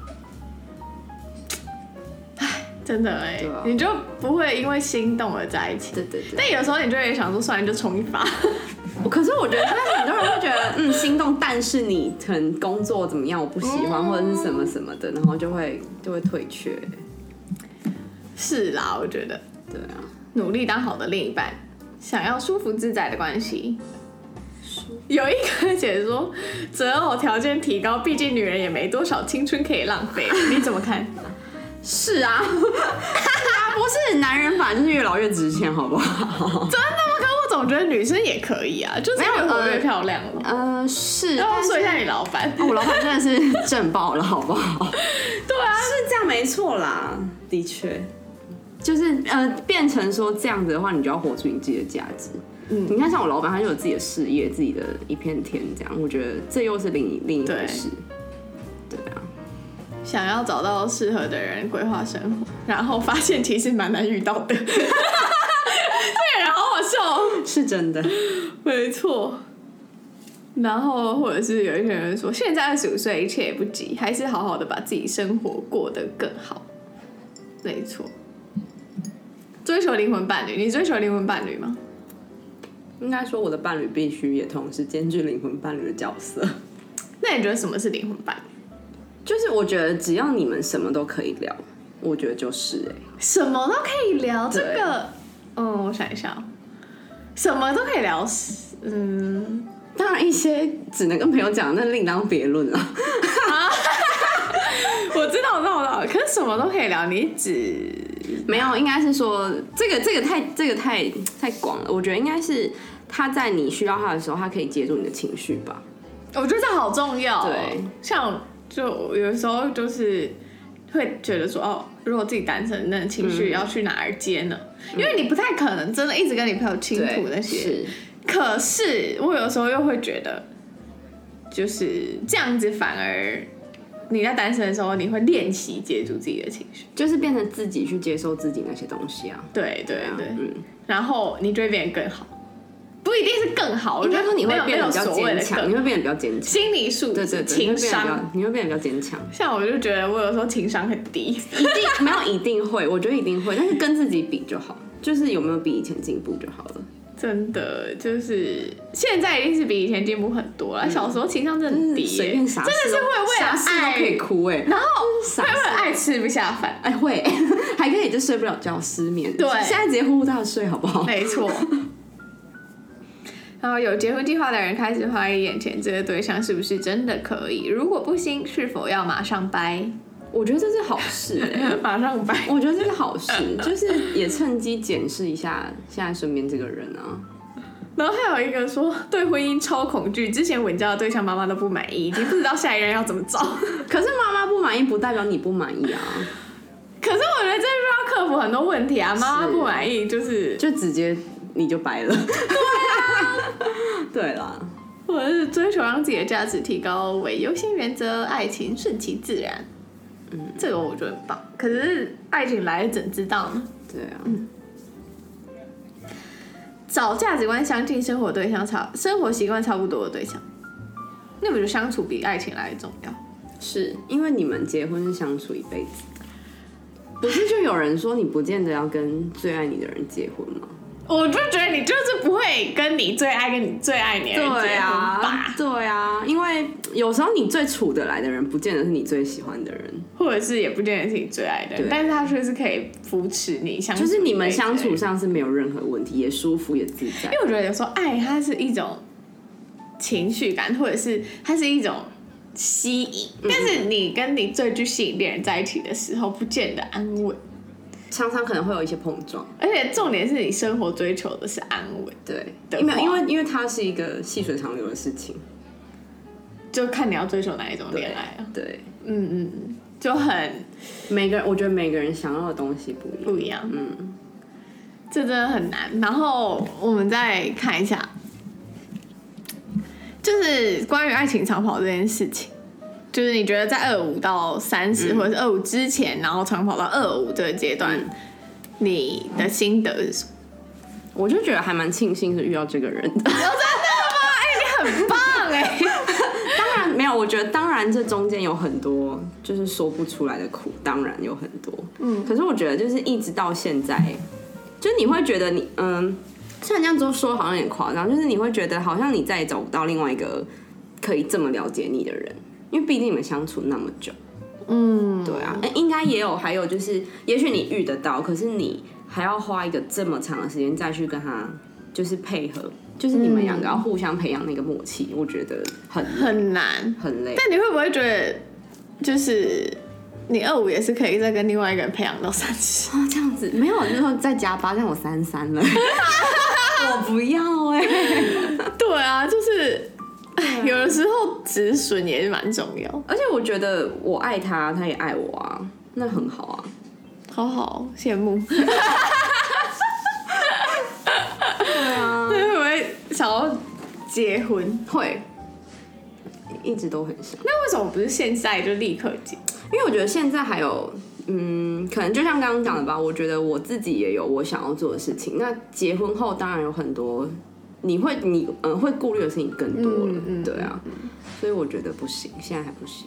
Speaker 1: 真的哎、
Speaker 3: 对啊
Speaker 1: 你就不会因为心动而在一起。
Speaker 3: 对对对。
Speaker 1: 但有时候你就会想说，算了，就冲一发。 <laughs>
Speaker 3: 可是我觉得，很多人会觉得，嗯，心动，但是你可能工作怎么样，我不喜欢，或者是什么什么的，然后就会就会退却。
Speaker 1: 是啦，我觉得。
Speaker 3: 对啊，
Speaker 1: 努力当好的另一半，想要舒服自在的关系。有一个姐说，择偶条件提高，毕竟女人也没多少青春可以浪费，你怎么看？
Speaker 3: 是 <laughs> 啊，不是男人反正就是越老越值钱，好不好？
Speaker 1: 可我总觉得女生也可以啊，就是越活越漂亮了。
Speaker 3: 嗯，是，
Speaker 1: 然后
Speaker 3: 呃但是哦
Speaker 1: 说一下你老板，
Speaker 3: 我老板真的是震爆了，好不 <laughs>
Speaker 1: <laughs>
Speaker 3: 好？
Speaker 1: 对啊，
Speaker 3: 是这样没错啦，的确，就是呃，变成说这样子的话，你就要活出你自己的价值。嗯，你看像我老板，他就有自己的事业，自己的一片天，这样，我觉得这又是另一另一
Speaker 1: 对
Speaker 3: 回事。对啊，
Speaker 1: 想要找到适合的人规划生活，然后发现其实蛮难遇到的。 <laughs> 对，然后好笑哦。
Speaker 3: 是真的。
Speaker 1: 没错。然后，或者是有一些人说，现在二十五岁，一切也不急，还是好好的把自己生活过得更好。没错。追求灵魂伴侣，你追求灵魂伴侣吗？
Speaker 3: 应该说，我的伴侣必须也同时兼具灵魂伴侣的角色。
Speaker 1: 那你觉得什么是灵魂伴侣？
Speaker 3: 就是我觉得，只要你们什么都可以聊，我觉得就是哎、
Speaker 1: 什么都可以聊这
Speaker 3: 对
Speaker 1: 个。嗯，我想一下哦，什么都可以聊。嗯，
Speaker 3: 当然，一些只能跟朋友讲，那另当别论啊啦。
Speaker 1: 我知道，我知道，我知道。可是什么都可以聊，你指
Speaker 3: 没有，应该是说这个这个太这个太太广了。我觉得应该是他在你需要他的时候，他可以接住你的情绪吧。
Speaker 1: 我觉得这好重要、哦。
Speaker 3: 对，
Speaker 1: 像就有时候就是会觉得说，哦，如果自己单身，那情绪要去哪儿接呢？因为你不太可能真的一直跟你朋友倾吐那些。
Speaker 3: 是
Speaker 1: 可是我有时候又会觉得，就是这样子反而你在单身的时候，你会练习接住自己的情绪。
Speaker 3: 就是变成自己去接受自己那些东西啊。
Speaker 1: 对对对，
Speaker 3: 嗯，
Speaker 1: 然后你就会变得更好，不一定是更好，我
Speaker 3: 应
Speaker 1: 觉
Speaker 3: 该
Speaker 1: 得
Speaker 3: 说你会
Speaker 1: 没有
Speaker 3: 变得
Speaker 1: 没
Speaker 3: 比
Speaker 1: 有
Speaker 3: 较
Speaker 1: 所谓
Speaker 3: 坚
Speaker 1: 的
Speaker 3: 强，
Speaker 1: 更
Speaker 3: 你会变得比较坚强。
Speaker 1: 心理素
Speaker 3: 对
Speaker 1: 质、
Speaker 3: 对对，你
Speaker 1: 情
Speaker 3: 会变得比较
Speaker 1: 商。
Speaker 3: 你会变得比较坚强，
Speaker 1: 像我就觉得我有时候情商很低， <laughs>
Speaker 3: 一定没有一定会，我觉得一定会，但是跟自己比就好，就是有没有比以前进步就好了。
Speaker 1: 真的就是现在一定是比以前进步很多了。小时候情商真的很低耶、
Speaker 3: 嗯随便啥事
Speaker 1: 真的是会为
Speaker 3: 啥
Speaker 1: 了
Speaker 3: 事
Speaker 1: 爱
Speaker 3: 都可以哭哎、
Speaker 1: 然后
Speaker 3: 傻
Speaker 1: 会为了
Speaker 3: 事
Speaker 1: 爱吃不下饭，
Speaker 3: 哎会， <laughs> 还可以就睡不了觉，失眠。
Speaker 1: 对
Speaker 3: 现在直接呼呼大睡好不好？
Speaker 1: 没错。 <laughs> 然后有结婚计划的人开始怀疑眼前这个对象是不是真的可以，如果不行，是否要马上掰？
Speaker 3: 我觉得这是好事哎、
Speaker 1: <laughs> 马上掰？
Speaker 3: 我觉得这是好事，就是也趁机检视一下现在身边这个人啊。
Speaker 1: 然后还有一个说对婚姻超恐惧，之前稳交的对象妈妈都不满意，已经不知道下一任要怎么 <laughs> 找。
Speaker 3: 可是妈妈不满意，不代表你不满意啊，
Speaker 1: 可是我觉得这需要克服很多问题啊，妈妈不满意就是，
Speaker 3: 就直接你就白了。啊对啦，
Speaker 1: 我是追求让自己的价值提高为优先原则，爱情顺其自然。嗯，这个我觉得很棒。可是爱情来了怎知道呢？
Speaker 3: 对啊，
Speaker 1: 找价值观相近、生活对象差、生活习惯差不多的对象，那不就相处比爱情来的重要？
Speaker 3: 是因为你们结婚是相处一辈子，不是就有人说你不见得要跟最爱你的人结婚吗？
Speaker 1: 我就觉得你就是不会跟你最爱、跟你最爱你的人结婚
Speaker 3: 对
Speaker 1: 吧，
Speaker 3: 啊，对啊，因为有时候你最处得来的人，不见得是你最喜欢的人，
Speaker 1: 或者是也不见得是你最爱的人
Speaker 3: 对，
Speaker 1: 但是他却是可以扶持你相处，
Speaker 3: 就是你们相处。上是没有任何问题，也舒服也自在
Speaker 1: 因。为我觉得有时候爱它是一种情绪感，或者是它是一种吸引，
Speaker 3: 嗯
Speaker 1: 但是你跟你最具吸引力的人在一起的时候，不见得安稳。
Speaker 3: 常常可能会有一些碰撞，
Speaker 1: 而且重点是你生活追求的是安稳，
Speaker 3: 对，
Speaker 1: 的
Speaker 3: 因为
Speaker 1: 话
Speaker 3: 因为因为它是一个细水长流的事情，
Speaker 1: 就看你要追求哪一种恋爱啊，
Speaker 3: 对，
Speaker 1: 嗯嗯，嗯，就很
Speaker 3: 每个人我觉得每个人想要的东西不一样，
Speaker 1: 不一样，嗯，这真的很难。然后我们再看一下，就是关于爱情长跑这件事情。就是你觉得在二五到三十、
Speaker 3: 嗯
Speaker 1: 或者是二五之前，然后长跑到二五这个阶段，你的心得是什
Speaker 3: <laughs>
Speaker 1: 么？
Speaker 3: 我就觉得还蛮庆幸是遇到这个人的。
Speaker 1: 很棒哎、
Speaker 3: <laughs> 当然没有，我觉得当然这中间有很多就是说不出来的苦，当然有很多，嗯，可是我觉得就是一直到现在，就你会觉得你嗯，虽然这样说说好像有点夸张，就是你会觉得好像你再也找不到另外一个可以这么了解你的人，因为毕竟你们相处那么久。
Speaker 1: 嗯，
Speaker 3: 对啊，诶应该也有，还有就是，也许你遇得到，可是你还要花一个这么长的时间再去跟他就是配合，就是你们两个要互相培养那个默契，我觉得很
Speaker 1: 很难。
Speaker 3: 很累。
Speaker 1: 但你会不会觉得，就是你二五也是可以再跟另外一个人培养到三十？
Speaker 3: 啊，这样子没有，就是说再加八，但我三三 <laughs> 了，我不要哎、
Speaker 1: 对啊，就是、唉有的时候止损也是蛮重要。
Speaker 3: <laughs> 而且我觉得我爱他，他也爱我啊，那很好啊。
Speaker 1: 好好羡慕，
Speaker 3: 对啊，
Speaker 1: 会不会想要结婚？
Speaker 3: 会，一直都很想。
Speaker 1: 那为什么不是现在就立刻结？
Speaker 3: 因为我觉得现在还有，嗯，可能就像刚刚讲的吧，我觉得我自己也有我想要做的事情。那结婚后当然有很多，你会你嗯、呃会顾虑的事情更多了，
Speaker 1: 嗯嗯
Speaker 3: 对啊，所以我觉得不行，现在还不行。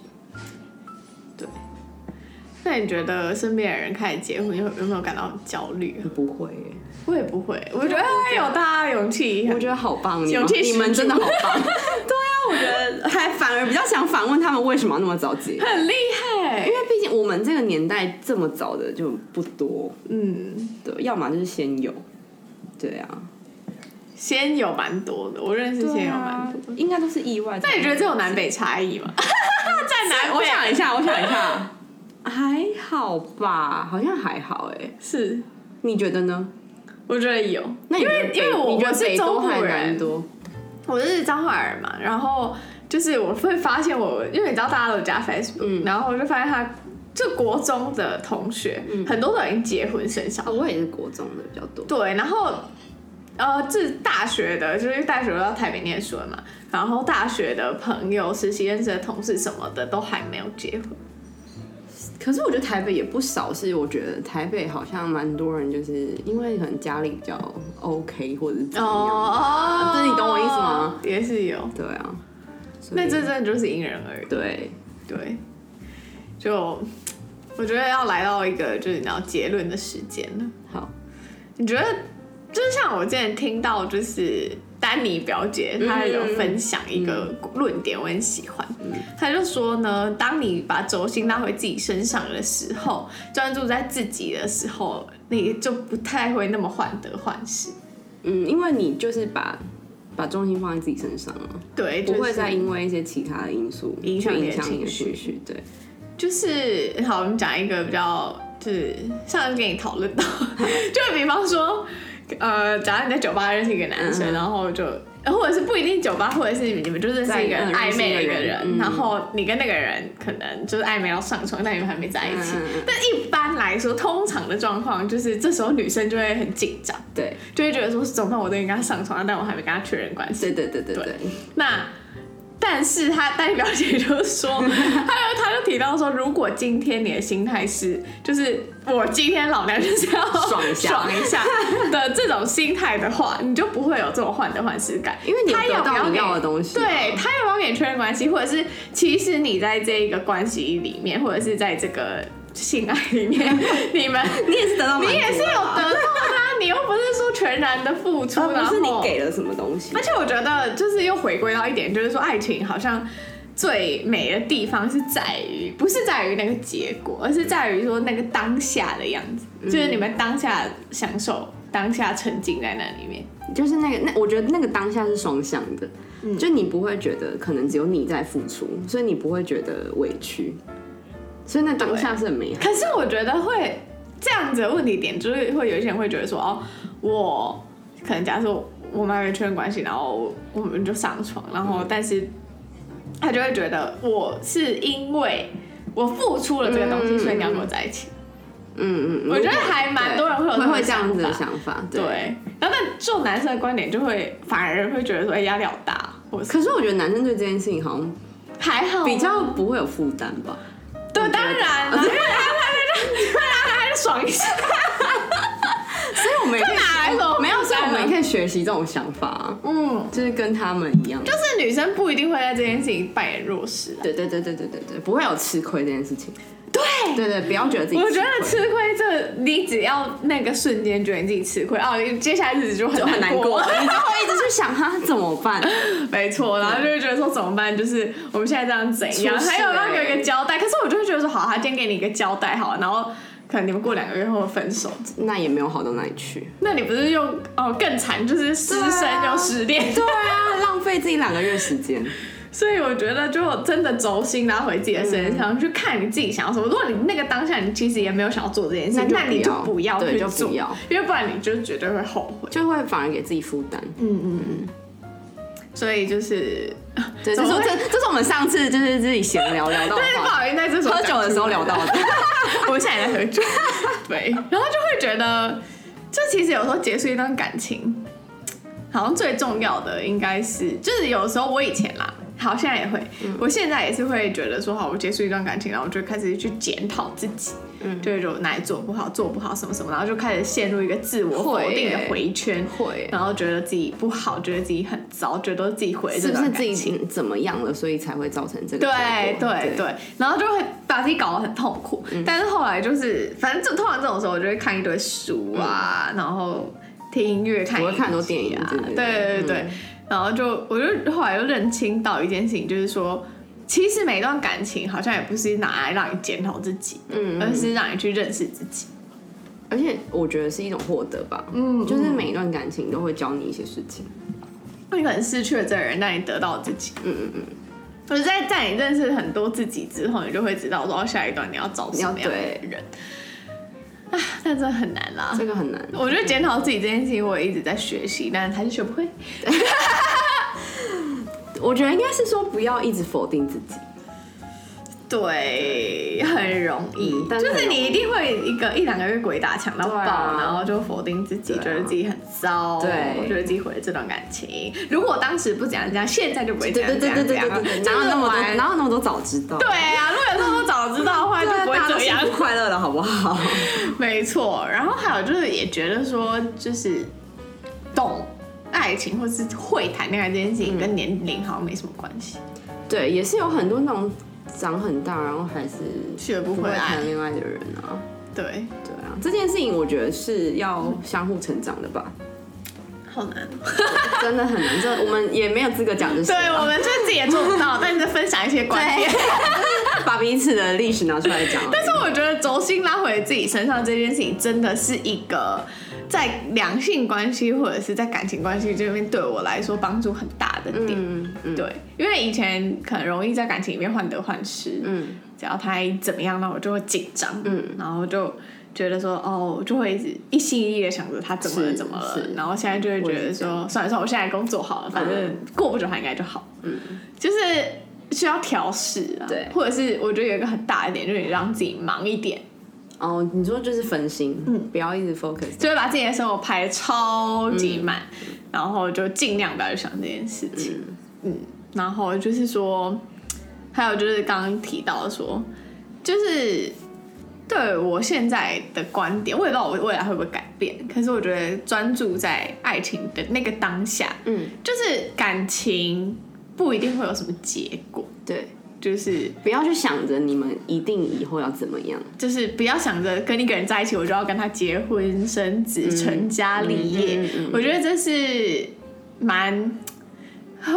Speaker 1: 那你觉得身边的人开始结婚，有有没有感到很焦虑啊？
Speaker 3: 不会欸耶，
Speaker 1: 我也不会，我觉得哎有大家勇气，
Speaker 3: 我觉得好棒，你
Speaker 1: 勇
Speaker 3: 们
Speaker 1: 气十
Speaker 3: 你们
Speaker 1: 足
Speaker 3: 真的好
Speaker 1: <laughs>
Speaker 3: 棒。对啊，我觉得还反而比较想反问他们为什么要那么早
Speaker 1: <laughs>
Speaker 3: 结，因为
Speaker 1: 很厉害。
Speaker 3: 毕竟我们这个年代这么早的就不多，
Speaker 1: 嗯，
Speaker 3: 对，要么就是先有，对啊，
Speaker 1: 先有蛮多的，我认识先有蛮多。
Speaker 3: 对啊应该都是意外才
Speaker 1: 那
Speaker 3: 会。
Speaker 1: 你觉得这有南北差异
Speaker 3: <laughs>
Speaker 1: 吗？在南北，
Speaker 3: 我想一下，我想一下，还好吧，好像还好哎、
Speaker 1: 是，
Speaker 3: 你觉得呢？
Speaker 1: 我觉得有。
Speaker 3: 那你觉得
Speaker 1: 因为
Speaker 3: 北
Speaker 1: 因为我
Speaker 3: 你觉
Speaker 1: 我
Speaker 3: 得
Speaker 1: 是
Speaker 3: 北
Speaker 1: 中
Speaker 3: 多
Speaker 1: 部
Speaker 3: 还是
Speaker 1: 人
Speaker 3: 南多？
Speaker 1: 我是彰化人嘛，然后就是我会发现我，因为你知道大家都有加 Facebook，、然后我就发现他就国中的嗯同学、很多都已经结婚生小孩，
Speaker 3: 啊，我也是国中的比较多。
Speaker 1: 对，然后呃，自大学的，就是大学到台北念书了嘛，然后大学的朋友、实习认识的同事什么的都还没有结婚。
Speaker 3: 可是我觉得台北也不少，是我觉得台北好像蛮多人，就是因为可能家里比较 OK 或者是怎么样，
Speaker 1: 哦
Speaker 3: 啊就是你懂我意思吗？
Speaker 1: 也是有，
Speaker 3: 对啊，所以
Speaker 1: 那这真的就是因人而异。
Speaker 3: 对
Speaker 1: 对，就我觉得要来到一个就是你要结论的时间了。
Speaker 3: 好，
Speaker 1: 你觉得，就是像我之前听到，就是丹尼表姐
Speaker 3: 嗯
Speaker 1: 她有分享一个论点，我很喜欢。
Speaker 3: 嗯
Speaker 1: 她就说呢，当你把轴心拉回自己身上的时候，专注在自己的时候，你就不太会那么患得患失。
Speaker 3: 嗯，因为你就是把把重心放在自己身上了，
Speaker 1: 对，就是、
Speaker 3: 不会再因为一些其他的因素
Speaker 1: 影响你的
Speaker 3: 影响你的
Speaker 1: 情
Speaker 3: 情绪，对，
Speaker 1: 就是好，我们讲一个比较，就是上次跟你讨论到， <laughs> 就比方说，呃，假如你在酒吧认识一个男生，
Speaker 3: 嗯哼
Speaker 1: 然后就。呃或者是不一定酒吧，或者是你们就认识一个
Speaker 3: 在嗯
Speaker 1: 暧昧的一个
Speaker 3: 认
Speaker 1: 人，
Speaker 3: 识一个人嗯
Speaker 1: 然后你跟那个人可能就是暧昧到上床，但你们还没在一起。
Speaker 3: 嗯嗯嗯
Speaker 1: 但一般来说，通常的状况就是这时候女生就会很紧张，
Speaker 3: 对，
Speaker 1: 就会觉得说怎么办，我都已经跟他上床了，但我还没跟他确认关系。
Speaker 3: 对对对对对，
Speaker 1: 那但是他代表姐就
Speaker 3: <laughs>
Speaker 1: 说，还有他就提到说，如果今天你的心态是，就是我今天老娘就是要
Speaker 3: 爽一下
Speaker 1: 爽一
Speaker 3: <laughs>
Speaker 1: 下的这种心态的话，你就不会有这种患得患失感，
Speaker 3: 因为你
Speaker 1: 他
Speaker 3: 得
Speaker 1: 要不
Speaker 3: 到
Speaker 1: 要
Speaker 3: 你
Speaker 1: 给
Speaker 3: 要的东西，
Speaker 1: 对他要不要给你确认关系，或者是其实你在这一个关系里面，或者是在这个性爱里面，
Speaker 3: <laughs>
Speaker 1: 你们
Speaker 3: 你也是得到，
Speaker 1: 你也是有得到的啊，你又不是说全然的付出，
Speaker 3: 而
Speaker 1: 然
Speaker 3: 不
Speaker 1: 后
Speaker 3: 是你给了什么东西
Speaker 1: 而，且我觉得，就是又回归到一点，就是说，爱情好像最美的地方是在于，不是在于那个结果，而是在于说那个当下的样子，就是你们当下享受、当下沉浸在那里面。
Speaker 3: 就是那个那，我觉得那个当下是双向的，
Speaker 1: 嗯
Speaker 3: 就你不会觉得可能只有你在付出，所以你不会觉得委屈，所以那当下是很美好。
Speaker 1: 可是我觉得会这样子的问题点，就是会有一些人会觉得说，哦，我可能假如说我们还没确认关系，然后我们就上床，然后但是他就会觉得我是因为我付出了这个东西，
Speaker 3: 嗯
Speaker 1: 所以你要跟我在一起。
Speaker 3: 嗯嗯，嗯
Speaker 1: 我觉得还蛮多人会有
Speaker 3: 会会
Speaker 1: 这种
Speaker 3: 这样子的
Speaker 1: 想法
Speaker 3: 想法，对。
Speaker 1: 对，然后但这种男生的观点就会反而会觉得说，哎、压力好大，或是
Speaker 3: 可是我觉得男生对这件事情好像
Speaker 1: 还好
Speaker 3: 比较不会有负担吧，
Speaker 1: 对，当然了，因为他他他他爽一下，
Speaker 3: 所以我们也可以
Speaker 1: 哪来的
Speaker 3: 没有，所以我们也
Speaker 1: 看，
Speaker 3: 可以学习这种想法啊，
Speaker 1: 嗯，
Speaker 3: 就是跟他们一样。
Speaker 1: 就是女生不一定会在这件事情扮演弱势啊。
Speaker 3: 对对对对对对对，不会有吃亏这件事情。
Speaker 1: 对，
Speaker 3: 对对，不要觉得自己
Speaker 1: 我觉得
Speaker 3: 亏
Speaker 1: 吃亏这，你只要那个瞬间觉得你自己吃亏哦，你接下来日子就很
Speaker 3: 就很
Speaker 1: <laughs>
Speaker 3: 难过，你就会一直去想他怎么办。
Speaker 1: 没错，然后就会觉得说怎么办？就是我们现在这样怎样？
Speaker 3: 出事
Speaker 1: 还有要有一
Speaker 3: 欸
Speaker 1: 个交代。可是我就会觉得说，好，他今天给你一个交代，好，然后可能你们过两个月后分手，
Speaker 3: 那也没有好到哪里去。
Speaker 1: 那你不是又哦更惨，就是失
Speaker 3: 对
Speaker 1: 身
Speaker 3: 啊
Speaker 1: 又失恋。
Speaker 3: 对啊，浪费自己两个月时间。
Speaker 1: <laughs> 所以我觉得，就真的轴心拉回自己的身上，
Speaker 3: 嗯
Speaker 1: 去看你自己想要什么。如果你那个当下你其实也没有想要做这件事，
Speaker 3: 那就
Speaker 1: 那你就不
Speaker 3: 不要
Speaker 1: 要
Speaker 3: 对
Speaker 1: 去
Speaker 3: 就不
Speaker 1: 做
Speaker 3: 要，
Speaker 1: 因为不然你就绝对会后悔。
Speaker 3: <laughs> 就会反而给自己负担。
Speaker 1: 嗯所以就是，
Speaker 3: 对，这
Speaker 1: 怎
Speaker 3: 是
Speaker 1: 么会
Speaker 3: 这这是我们上次就是自己闲
Speaker 1: <laughs>
Speaker 3: 聊聊到的
Speaker 1: 但是不
Speaker 3: 话
Speaker 1: 好意思，在这时候
Speaker 3: 喝酒的时候聊
Speaker 1: 讲出来
Speaker 3: 到的。
Speaker 1: <laughs> 我们现在也在喝酒，对，然后就会觉得，就其实有时候结束一段感情，好像最重要的应该是，就是有时候我以前啦，好现在也会，我现在也是会觉得说，好，我结束一段感情，然后我就开始去检讨自己，嗯，就是有哪里做不好，做不好什么什么，然后就开始陷入一个自我否定的
Speaker 3: 会耶
Speaker 1: 回圈，
Speaker 3: 会耶
Speaker 1: 然后觉得自己不好，觉得自己很糟，觉得都是自己毁了这
Speaker 3: 是不
Speaker 1: 段
Speaker 3: 是
Speaker 1: 感
Speaker 3: 自
Speaker 1: 情。
Speaker 3: 己怎么样了，所以才会造成这个
Speaker 1: 对
Speaker 3: 结果？
Speaker 1: 对对，然后就会把自己搞得很痛苦。
Speaker 3: 嗯
Speaker 1: 但是后来就是，反正就通常这种时候，我就会看一堆书啊，然后听音乐、看
Speaker 3: 嗯我会看很多
Speaker 1: 影集
Speaker 3: 电影
Speaker 1: 啊
Speaker 3: 之，类的
Speaker 1: 对对对对
Speaker 3: 嗯
Speaker 1: 然后就我就后来就认清到一件事情，就是说。其实每一段感情好像也不是拿来让你检讨自己，
Speaker 3: 嗯
Speaker 1: 而是让你去认识自己。
Speaker 3: 而且我觉得是一种获得吧。嗯，就是每一段感情都会教你一些事情。
Speaker 1: 你可能失去了这个人，但你得到了自己。嗯嗯嗯。我是在在你认识很多自己之后，你就会知道说哦下一段你要找什
Speaker 3: 你要
Speaker 1: 么样的
Speaker 3: 对
Speaker 1: 人。啊，但真的很难啦。
Speaker 3: 这个很难。
Speaker 1: 我觉得检讨自己这件事情，我也一直在学习，但还是学不会。
Speaker 3: 我觉得应该是说不要一直否定自己。
Speaker 1: 对，很容易，
Speaker 3: 嗯但
Speaker 1: 就是
Speaker 3: 很
Speaker 1: 是
Speaker 3: 容
Speaker 1: 你一定会一个一两个月鬼打墙到爆，
Speaker 3: 对啊
Speaker 1: 然后就否定自己，
Speaker 3: 对啊
Speaker 1: 觉得自己很糟，
Speaker 3: 对
Speaker 1: 觉得自己毁了这段感情。如果当时不怎样这样，现在就不会这样这样这样，
Speaker 3: 哪有那么多，
Speaker 1: 真的完
Speaker 3: 哪有那么多早知道？
Speaker 1: 对啊，如果有那么多早知道的话，就
Speaker 3: <laughs> 对啊，
Speaker 1: 不会
Speaker 3: 大家都
Speaker 1: 这
Speaker 3: 幸
Speaker 1: 样。
Speaker 3: 福快乐了，好不好？
Speaker 1: 没错，然后还有就是也觉得说，就是懂爱情或是会谈恋爱这件事情跟年龄好像没什么关系，
Speaker 3: 对，也是有很多那种长很大，然后还是
Speaker 1: 学不
Speaker 3: 不
Speaker 1: 会
Speaker 3: 会
Speaker 1: 爱
Speaker 3: 谈，恋爱的人啊。
Speaker 1: 对，
Speaker 3: 对啊，这件事情我觉得是要相互成长的
Speaker 1: <laughs>
Speaker 3: 吧，
Speaker 1: 好难。
Speaker 3: 哦真的很难。这我们也没有资格讲这些
Speaker 1: 对
Speaker 3: 啊，
Speaker 1: 我们就自己也做不到，但是分享一些观点。
Speaker 3: 把彼此的历史拿出来讲而已。
Speaker 1: <laughs> 但是我觉得轴心拉回自己身上这件事情，真的是一个在两性关系或者是在感情关系这边对我来说帮助很大的点。
Speaker 3: 嗯嗯
Speaker 1: 对，因为以前很容易在感情里面患得患失，
Speaker 3: 嗯
Speaker 1: 只要他一怎么样，那我就会紧张，
Speaker 3: 嗯，
Speaker 1: 然后就觉得说，哦，我就会一直一心一意的想着他怎么了
Speaker 3: 是
Speaker 1: 怎么了
Speaker 3: 是，
Speaker 1: 然后现在就会觉
Speaker 3: 我
Speaker 1: 得
Speaker 3: 也是这
Speaker 1: 说，算了算了，我现在工作好了，反正
Speaker 3: 嗯
Speaker 1: 过不久他应该就好，
Speaker 3: 嗯，
Speaker 1: 就是需要调试啊，
Speaker 3: 对
Speaker 1: 或者是我觉得有一个很大的点，就是你让自己忙一点，
Speaker 3: 哦，你说就是分心，嗯，不要一直 focus。
Speaker 1: 就会把自己的生活排得超级满，然后就尽量不要去想这件事情。嗯然后就是说，还有就是刚刚提到说，就是对我现在的观点，我也不知道我未来会不会改变，可是我觉得专注在爱情的那个当下，
Speaker 3: 嗯，
Speaker 1: 就是感情不一定会有什么结果，
Speaker 3: 对，
Speaker 1: 就是
Speaker 3: 不要去想着你们一定以后要怎么样。
Speaker 1: 就是不要想着跟一个人在一起，我就要跟他结婚生子、成家立业。
Speaker 3: 嗯嗯嗯嗯
Speaker 1: 我觉得这是蛮 <laughs>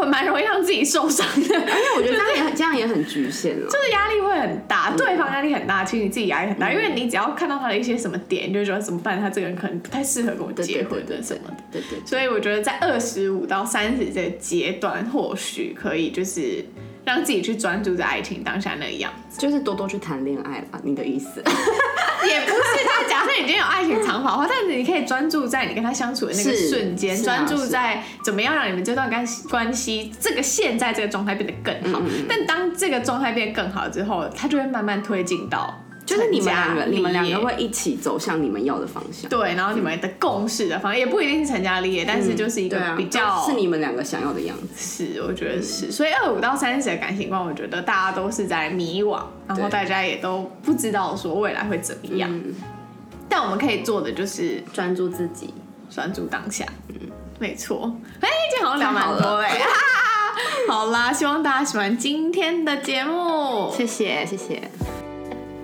Speaker 1: 蛮容易让自己受伤的，
Speaker 3: 而且我觉得这样也很这样也很局限了。
Speaker 1: 就是压力会很大，对方压力很大，其实你自己压力很
Speaker 3: 嗯
Speaker 1: 大，因为你只要看到他的一些什么点，你就觉得怎么办？他这个人可能不太适合跟我
Speaker 3: 对
Speaker 1: 结婚
Speaker 3: 对
Speaker 1: 的
Speaker 3: 对
Speaker 1: 什么的。
Speaker 3: 对对，
Speaker 1: 所以我觉得在二十五到三十这个阶段，或许可以就是让自己去专注在爱情当下那个样子。
Speaker 3: 就是多多去谈恋爱吧，你的
Speaker 1: <laughs>
Speaker 3: 意思？
Speaker 1: 也不是他，假设你今天有爱情长跑的话，但是你可以专注在你跟他相处的那个
Speaker 3: 是
Speaker 1: 瞬间，
Speaker 3: 是
Speaker 1: 专、
Speaker 3: 啊
Speaker 1: 注在怎么样让你们这段关系关系这个现在这个状态变得更好。
Speaker 3: 嗯
Speaker 1: 但当这个状态变得更好之后，他就会慢慢推进到
Speaker 3: 就是你们
Speaker 1: 成家
Speaker 3: 两个，
Speaker 1: 立业
Speaker 3: 你们两个会一起走向你们要的方向。
Speaker 1: 对，然后你们的共识的方也不一定是成家立业，但是就是一个
Speaker 3: 对啊，
Speaker 1: 比较、
Speaker 3: 是你们两个想要的样子。
Speaker 1: 是，我觉得是。所以二五到三十的感情观，我觉得大家都是在迷惘，然后
Speaker 3: 对嗯
Speaker 1: 大家也都不知道说未来会怎么样。但我们可以做的就是
Speaker 3: 专注自己，
Speaker 1: 专注当下。嗯，没错。哎、今天好像聊蛮多哎、哈哈好啦，希望大家喜欢今天的节目。
Speaker 3: <laughs> 谢谢谢谢。
Speaker 2: <laughs>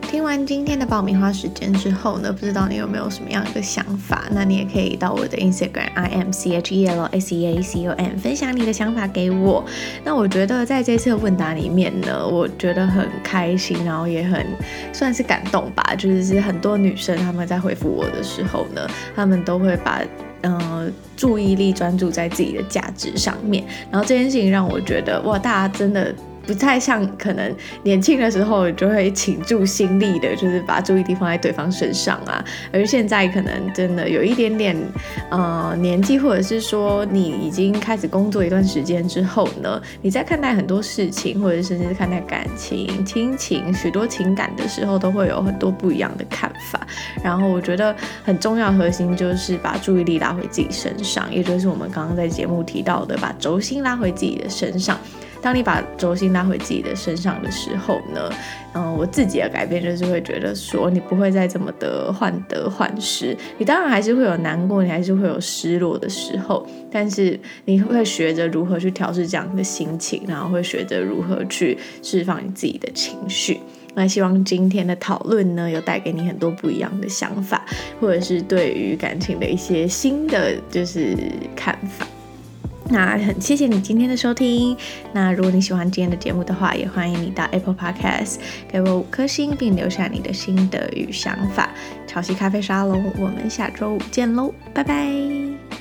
Speaker 2: 听完今天的爆米花时间之后呢，不知道你有没有什么样的想法？那你也可以到我的 Instagram I M C H E L S E A C O M 分享你的想法给我。那我觉得在这次的问答里面呢，我觉得很开心，然后也很算是感动吧，就是是很多女生她们在回复我的时候呢，她们都会把。呃，注意力专注在自己的价值上面，然后这件事情让我觉得，哇，大家真的不太像可能年轻的时候就会倾注心力的，就是把注意力放在对方身上啊。而现在可能真的有一点点，呃，年纪或者是说你已经开始工作一段时间之后呢，你在看待很多事情，或者甚至是看待感情、亲情、许多情感的时候，都会有很多不一样的看法。然后我觉得很重要的核心就是把注意力拉回自己身上，也就是我们刚刚在节目提到的，把轴心拉回自己的身上。当你把轴心拉回自己的身上的时候呢，嗯、我自己的改变就是会觉得说，你不会再这么的患得患失，你当然还是会有难过，你还是会有失落的时候，但是你会学着如何去调试这样的心情，然后会学着如何去释放你自己的情绪。那希望今天的讨论呢，有带给你很多不一样的想法，或者是对于感情的一些新的就是看法。那很谢谢你今天的收听。那如果你喜欢今天的节目的话，也欢迎你到 Apple Podcast 给我五颗星，并留下你的心得与想法。潮汐咖啡沙龙，我们下周五见喽，拜拜。